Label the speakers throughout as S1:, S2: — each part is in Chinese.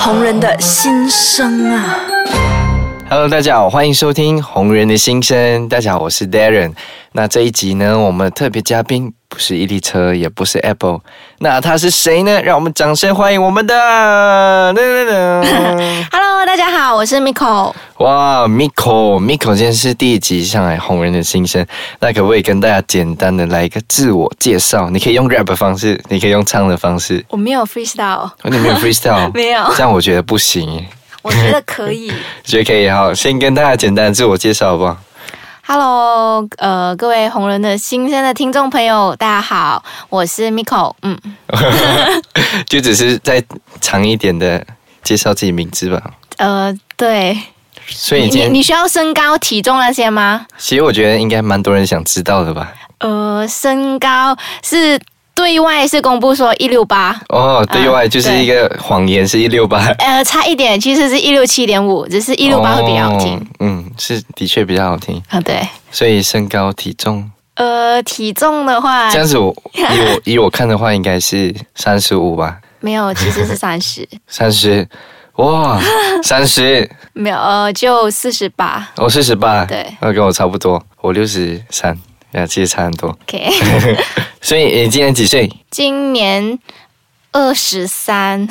S1: 红人的心声啊。
S2: Hello，大家好，欢迎收听《红人的心声》。大家好，我是 Darren。那这一集呢，我们特别嘉宾不是伊利车，也不是 Apple，那他是谁呢？让我们掌声欢迎我们的噔噔 噔
S3: Hello，大家好，我是 Miko。
S2: 哇，Miko，Miko 今天是第一集上来《红人的心声》，那可不可以跟大家简单的来一个自我介绍？你可以用 rap 的方式，你可以用唱的方式。
S3: 我没有 freestyle，
S2: 哦你没有 freestyle，
S3: 没有
S2: 这样我觉得不行，
S3: 我觉得 可以。
S2: 觉得可以好，先跟大家简单自我介绍好不好？
S3: Hello，呃，各位红人的新生的听众朋友，大家好，我是 Miko。嗯，
S2: 就只是再长一点的介绍自己名字吧。
S3: 呃，对，
S2: 所以
S3: 你
S2: 你今
S3: 你
S2: 天，
S3: 你需要身高、体重那些吗？
S2: 其实我觉得应该蛮多人想知道的吧。
S3: 呃，身高是对外是公布说一六八，
S2: 哦，对外
S3: 嗯
S2: 就是一个谎言，是一六八。
S3: 呃，差一点，其实是一六七点五，只是一六八会比较好听
S2: 哦。嗯，是的确比较好听。
S3: 啊、对，
S2: 所以身高体重
S3: 呃，体重的话
S2: 这样子 我，以我以我看的话，应该是三十五吧，
S3: 没有，其实是三十，
S2: 三十。 哇，三十，
S3: 没有，呃，就四十八。
S2: 我四十八，
S3: 对，
S2: 那跟我差不多，我六十三，呀，其实差很多。
S3: OK。
S2: 所以你今年几岁？
S3: 今年二十三，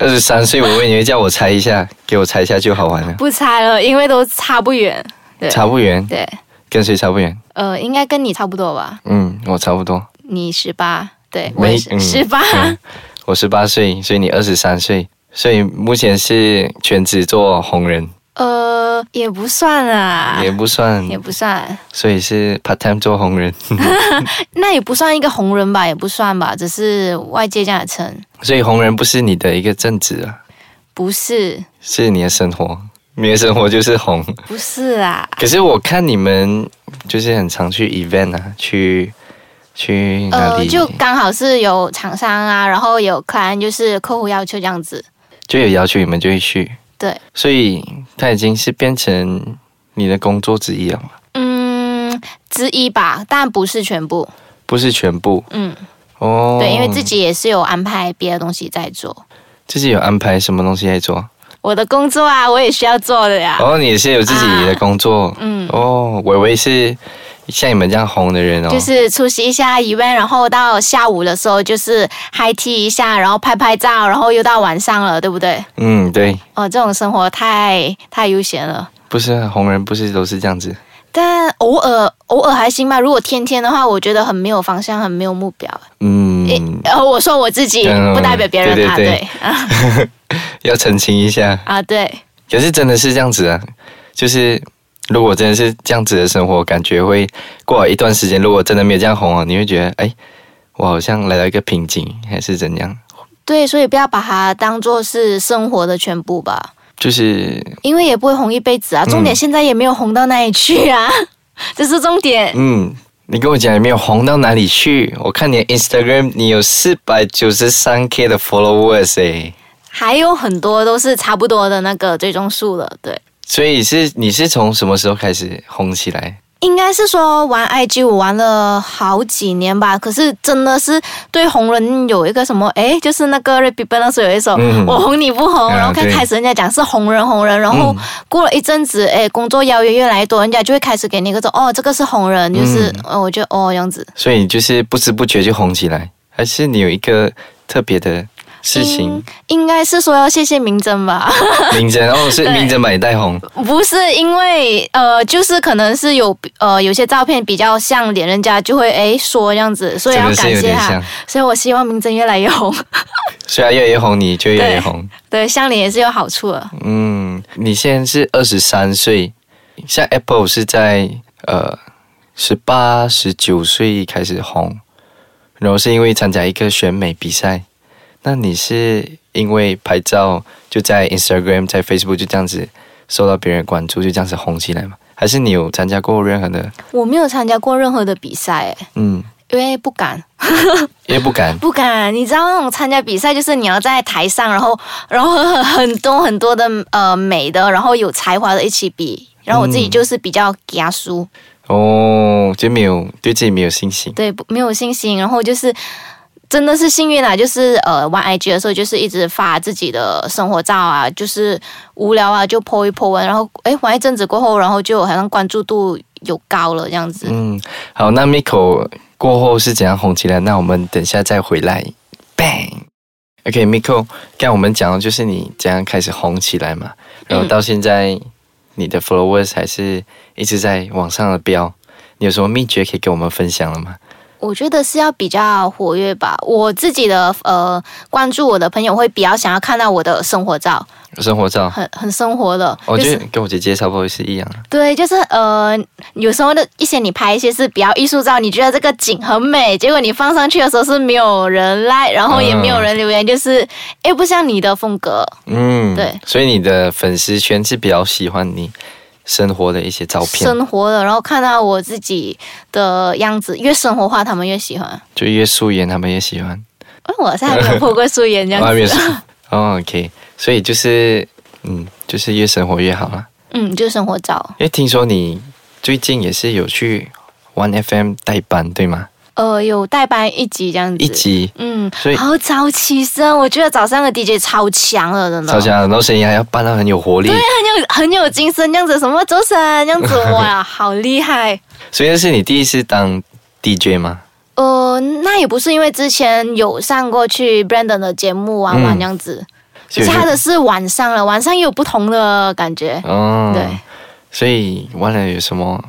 S2: 二十三岁，我问你，叫我猜一下，给我猜一下就好玩了。
S3: 不猜了，因为都差不远。对，
S2: 差不远，
S3: 对，
S2: 跟谁差不远？
S3: 呃，应该跟你差不多吧？
S2: 嗯，我差不多。
S3: 你十八，对我也
S2: 没
S3: 是十八。
S2: 嗯我十八岁，所以你二十三岁，所以目前是全职做红人，
S3: 呃，也不算啦，
S2: 也不算，
S3: 啊也不算，
S2: 所以是 part time 做红人，
S3: 那也不算一个红人吧，也不算吧，只是外界这样称，
S2: 所以红人不是你的一个正职啊，
S3: 不是，
S2: 是你的生活，你的生活就是红。
S3: 不是啊啦。
S2: 可是我看你们就是很常去 event 啊，去去哪
S3: 呃，
S2: 里？
S3: 就刚好是有厂商啊，然后有客人，就是客户要求这样子。
S2: 就有要求你们就会去，
S3: 对，
S2: 所以它已经是变成你的工作之一了嘛，
S3: 嗯，之一吧，但不是全部。
S2: 不是全部
S3: 嗯，
S2: 哦。
S3: 对，因为自己也是有安排别的东西在做。
S2: 自己有安排什么东西在
S3: 啊
S2: 做，
S3: 我的工作啊，我也需要做的呀。
S2: 哦，你也是有自己的工作，
S3: 嗯，
S2: 哦，伟伟是像你们这样红的人哦，
S3: 就是出席一下 event，然后到下午的时候就是 high tea 一下，然后拍拍照，然后又到晚上了，对不对？
S2: 嗯，对，
S3: 哦，这种生活太太悠闲了。
S2: 不是啊红人，不是都是这样子，
S3: 但偶尔偶尔还行吧，如果天天的话，我觉得很没有方向，很没有目标。
S2: 嗯，
S3: 然后我说我自己，
S2: 嗯
S3: 不代表别人
S2: 对对
S3: 啊，
S2: 对
S3: 对啊
S2: 要澄清一下，
S3: 啊，对，
S2: 可是真的是这样子啊，就是如果真的是这样子的生活，感觉会过了一段时间，如果真的没有这样红啊，你会觉得，哎，我好像来到一个瓶颈，还是怎样？
S3: 对，所以不要把它当做是生活的全部吧。
S2: 就是，
S3: 因为也不会红一辈子
S2: 嗯
S3: 啊。重点现在也没有红到哪里去啊， 这是重点。
S2: 嗯，你跟我讲，你没有红到哪里去？我看你的 Instagram，你有四百九十三 K 的 followers 哎，
S3: 还有很多都是差不多的那个追踪数了，对。
S2: 所以是你是从什么时候开始红起来？
S3: 应该是说玩 IG 我玩了好几年吧，可是真的是对红人有一个什么诶，就是那个 r e b i b 那时候有一首、
S2: 嗯
S3: 我红你不红，
S2: 啊
S3: 然后开
S2: 对
S3: 开始人家讲是红人红人，然后
S2: 嗯
S3: 过了一阵子诶，工作邀约越来越多，人家就会开始给你一个说哦这个是红人，就是、
S2: 嗯
S3: 呃我就哦这样子。
S2: 所以你就是不知不觉就红起来，还是你有一个特别的事情
S3: 应？应该是说要谢谢明真吧。
S2: 明真哦，是
S3: 对
S2: 明真把你带红。
S3: 不是因为呃，就是可能是有呃有些照片比较像脸，人家就会诶说这样子，所以
S2: 真
S3: 要
S2: 的是
S3: 感
S2: 有
S3: 谢
S2: 点
S3: 他
S2: 像。，
S3: 所以我希望明真越来越红，
S2: 虽然越来越红，你就越来越
S3: 对
S2: 红。
S3: 对，像脸也是有好处的。
S2: 嗯，你现在是二十三岁，像 Apple 是在呃十八、十九岁开始红，然后是因为参加一个选美比赛。那你是因为拍照就在 Instagram、在 Facebook 就这样子受到别人关注，就这样子红起来吗？还是你有参加过任何的？
S3: 我没有参加过任何的比赛，诶
S2: 嗯，
S3: 因为不敢，
S2: 也不敢。
S3: 不敢。你知道那种参加比赛，就是你要在台上，然后然后很很多很多的呃美的，然后有才华的一起比。然后我自己
S2: 嗯
S3: 就是比较给他输，
S2: 哦，就没有对自己没有信心。
S3: 对，不没有信心。然后就是真的是幸运啊，就是呃玩 IG 的时候，就是一直发自己的生活照啊，就是无聊啊就 po 一 po 啊，然后哎玩一阵子过后，然后就好像关注度有高了这样子。
S2: 嗯，好，那 Miko 过后是怎样红起来？那我们等一下再回来。Bang。OK，Miko，、刚才我们讲的就是你怎样开始红起来嘛，然后到现在你的 followers 还是一直在往上的飙，你有什么秘诀可以跟我们分享的吗？
S3: 我觉得是要比较活跃吧，我自己的呃关注我的朋友会比较想要看到我的生活照，
S2: 生活照，
S3: 很很生活的，
S2: 我
S3: 哦就
S2: 觉
S3: 是
S2: 得跟我姐姐差不多是一样的。
S3: 对，就是呃，有时候的一些你拍一些是比较艺术照，你觉得这个景很美，结果你放上去的时候是没有人来，然后也没有人留言，就是诶，不像你的风格。
S2: 嗯，
S3: 对
S2: 所以你的粉丝圈是比较喜欢你生活的一些照片，
S3: 生活的，然后看到我自己的样子，越生活化他们越喜欢。
S2: 就越素颜他们越喜欢。
S3: 哎，我现在没有破过素颜这样
S2: 外面
S3: 子
S2: 是，哦，OK，所以就是嗯，就是越生活越好啦。
S3: 嗯，就生活照。
S2: 因为听说你最近也是有去 One FM 代班，对吗？
S3: 呃，有代班一集这样子。
S2: 一。集，
S3: 嗯
S2: 所以，
S3: 好早起身，我觉得早上的 DJ 超强了，真的。
S2: 超强，然后声音还要扮到很有活力，
S3: 很有很有精神，这样子什么走神，这样子哇，好厉害。
S2: 所以那是你第一次当 DJ 吗？
S3: 呃，那也不是因为之前有上过去 Brandon 的节目玩玩
S2: 嗯
S3: 这样子，
S2: 所
S3: 可
S2: 以就
S3: 是他的是晚上了，晚上也有不同的感觉。
S2: 哦，
S3: 对，
S2: 所以 One 有什么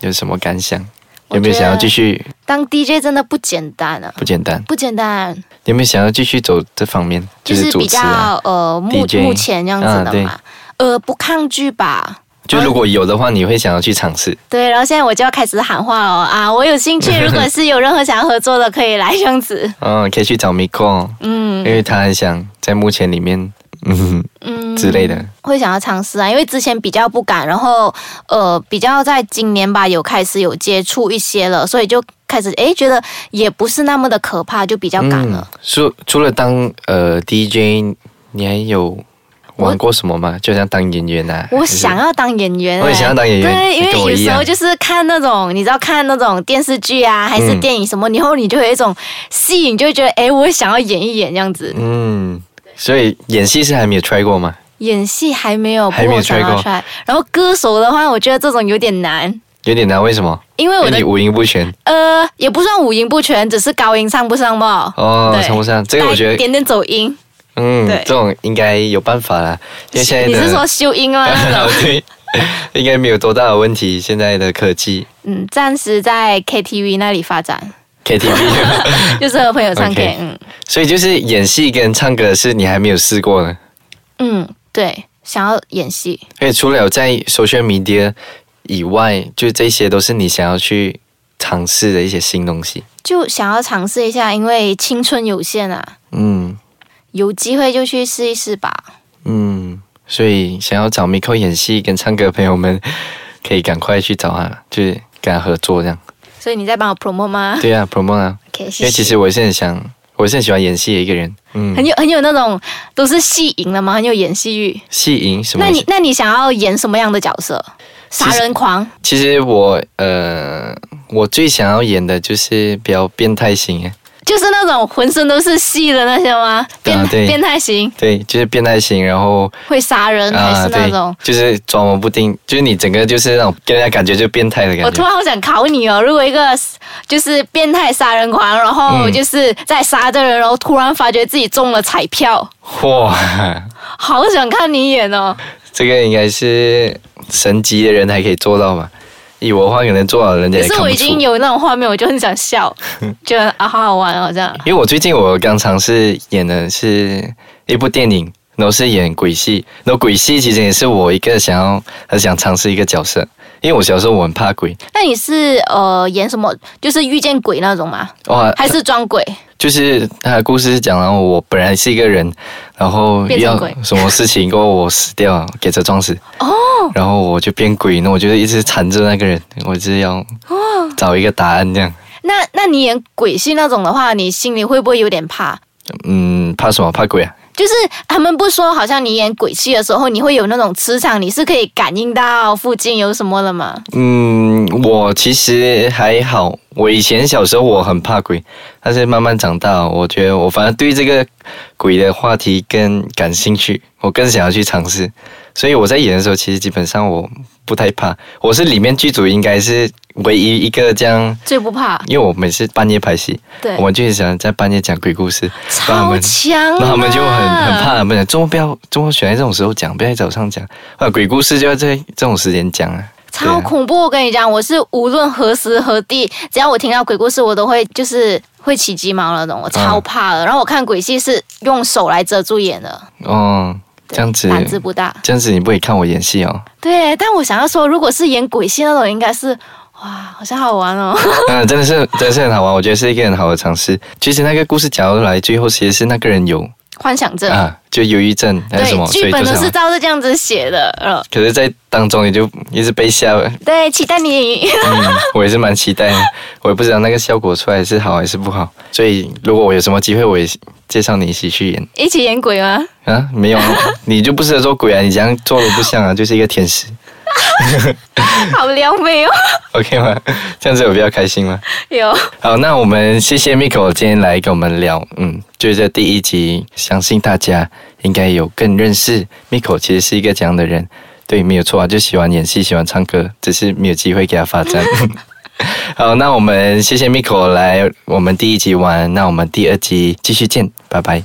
S2: 有什么感想？
S3: 我
S2: 有没有
S3: 觉
S2: 想要
S3: 得
S2: 继续？
S3: 当 DJ 真的不简单啊，
S2: 不简单。
S3: 不简单，
S2: 你有没有想要继续走这方面？
S3: 就是
S2: 主
S3: 比
S2: 持
S3: 较、
S2: 啊，
S3: 呃目
S2: DJ
S3: 目前这样子
S2: 啊
S3: 的
S2: 对
S3: 嘛，呃不抗拒吧。
S2: 就如果有的话，你会想要去尝试。
S3: 对，然后现在我就要开始喊话了哦啊！我 有兴趣，如果是有任何想要合作的，可以来这样子。
S2: 嗯，可以去找 Miko，因
S3: 嗯
S2: 为他很想在目前里面，嗯
S3: 嗯，
S2: 之类的。
S3: 会想要尝试啊，因为之前比较不敢，然后呃，比较在今年吧，有开始有接触一些了，所以就开始诶觉得也不是那么的可怕，就比较敢
S2: 嗯
S3: 了。，
S2: 除除了当呃 DJ，你还有玩过什么吗？就像当演员啊？
S3: 我想要当演员、
S2: 我也
S3: 诶
S2: 想要当演员
S3: 对，因
S2: 你跟我
S3: 为有
S2: 一
S3: 时
S2: 样
S3: 候就是看那种，你知道看那种电视剧啊，还是
S2: 嗯
S3: 电影什么，以后你就会有一种吸引，就会觉得诶，我也想要演一演这样子。
S2: 嗯，所以演戏是还没有 try 过吗？
S3: 演戏还没有，
S2: 还没有
S3: 不过我想
S2: try
S3: 要
S2: 过
S3: try。然后歌手的话，我觉得这种有点难，
S2: 有点难，为什么？
S3: 因为
S2: 因
S3: 我
S2: 为
S3: 的
S2: 你五音不全
S3: 呃也不算五音不全，只是高音上不上吧。
S2: 哦，
S3: 对
S2: 上不上？这个我觉
S3: 带一
S2: 得，
S3: 点点走音。
S2: 嗯
S3: 对，
S2: 这种应该有办法啦。因为现在的
S3: 你 是说修音吗？那种
S2: 对，应该没有多大的问题。现在的科技
S3: 嗯，暂时在 KTV 那里 发展，
S2: KTV，
S3: 就是和朋友唱 K
S2: OK。
S3: 嗯
S2: 所以就是演戏跟唱歌是你还没有试过的。
S3: 嗯，对，想要演戏。
S2: 而且除了有在 social media 以外，就这些都是你想要去尝试的一些新东西。
S3: 就想要尝试一下，因为青春有限啊，
S2: 嗯
S3: 有机会就去试一试吧。
S2: 嗯，所以想要找 Miko 演戏跟唱歌的朋友们，可以赶快去找他，就是跟他合作这样。
S3: 所以你在帮我 promo 吗
S2: 对 啊，promo 啊，
S3: ？OK，谢
S2: 因为其
S3: 谢。
S2: 实我也是很想，我是很喜欢演戏的一个人。嗯，
S3: 很有很有那种都是戏瘾了嘛，很有演戏欲。
S2: 戏影什么
S3: 那
S2: 意思？
S3: 你那你想要演什么样的角色？杀人狂？
S2: 其实我呃，我最想要演的就是比较变态型耶，
S3: 就是那种浑身都是戏的那些吗？变、
S2: 啊对
S3: 变态型
S2: 对，就是变态型，然后
S3: 会杀人、还是那
S2: 啊对
S3: 种？，
S2: 就是捉摸不定，就是你整个就是那种给人家感觉就变态的
S3: 我
S2: 感
S3: 突
S2: 觉。
S3: 然好想考你哦，如果一个就是变态杀人狂，然后
S2: 嗯
S3: 就是在杀的人，然后突然发觉自己中了彩票，
S2: 哇，
S3: 好想看你演哦。
S2: 这个应该是神级的人才可以做到吧？以我的话，可能做好人家也
S3: 可是
S2: 看
S3: 我
S2: 不
S3: 已经
S2: 出。
S3: 有那种画面，我就很想笑， 觉得啊好好玩哦这样。
S2: 因为我最近我刚尝试演的是一部电影，然后是演鬼戏，然后鬼戏其实也是我一个想要很想尝试一个角色，因为我小时候我很怕鬼，
S3: 那你是呃演什么？就是遇见鬼那种吗？
S2: 哇，
S3: 还是装鬼？
S2: 就是他的故事是讲，然后我本来是一个人，然后遇
S3: 变
S2: 到
S3: 成鬼
S2: 什么事情过后我死掉了，给车撞死，
S3: 哦，
S2: 然后我就变鬼，那我就一直缠着那个人，我就是要
S3: 哦
S2: 找一个答案这样。
S3: 那那你演鬼戏那种的话，你心里会不会有点怕？
S2: 嗯，怕什么？怕鬼啊？
S3: 就是他们不说，好像你演鬼戏的时候，你会有那种磁场，你是可以感应到附近有什么了吗？
S2: 嗯，我其实还好。我以前小时候我很怕鬼，但是慢慢长大，我觉得我反而对这个鬼的话题更感兴趣，我更想要去尝试。所以我在演的时候，其实基本上我不太怕。我是里面剧组应该是唯一一个这样，
S3: 最不怕，
S2: 因为我每次半夜拍戏，
S3: 对
S2: 我，们就很喜欢在半夜讲鬼故事，让他
S3: 超
S2: 们
S3: 强、啊，
S2: 那他们就很很怕，他们讲，周末不要，周末选在这种时候讲，不要在早上讲，啊，鬼故事就要在这种时间讲啊。对
S3: 超
S2: 啊
S3: 恐怖！我跟你讲，我是无论何时何地，只要我听到鬼故事，我都会就是会起鸡毛那种，我超怕的。然后我看鬼戏是用手来遮住眼的，
S2: 哦，
S3: 对
S2: 这样子，
S3: 胆子不大。
S2: 这样子你不可以看我演戏 哦。
S3: 对，但我想要说，如果是演鬼戏那种，应该是哇，好像好玩哦。
S2: 嗯，真的是，真的是很好玩，我觉得是一个很好的尝试。其实那个故事讲到来最后，其实是那个人有
S3: 幻想症，
S2: 啊，就忧郁症还是什么，
S3: 对，
S2: 所
S3: 剧
S2: 以
S3: 本
S2: 就是
S3: 都
S2: 好玩。
S3: 是照着这样子写的。呃，
S2: 可是，在当中你就一直被 吓，嗯，
S3: 对，期待你。
S2: 我也是蛮期待的，我也不知道那个效果出来是好还是不好。所以，如果我有什么机会，我也介绍你一起去演。
S3: 一起演鬼吗？
S2: 啊，没有， 你就不适合做鬼啊！你这样做的不像啊，就是一个天使
S3: 好撩妹哦，
S2: ，OK 吗？ 这样子有比较开心吗？
S3: 有
S2: 好，那我们谢谢 Miko 今天来跟我们聊，嗯，就是这第一集，相信大家应该有更认识 Miko 其实是一个怎样的人。对，没有错啊，就喜欢演戏，喜欢唱歌，只是没有机会给他发展。好，那我们谢谢 Miko 来我们第一集玩，那我们第二集继续见，拜拜。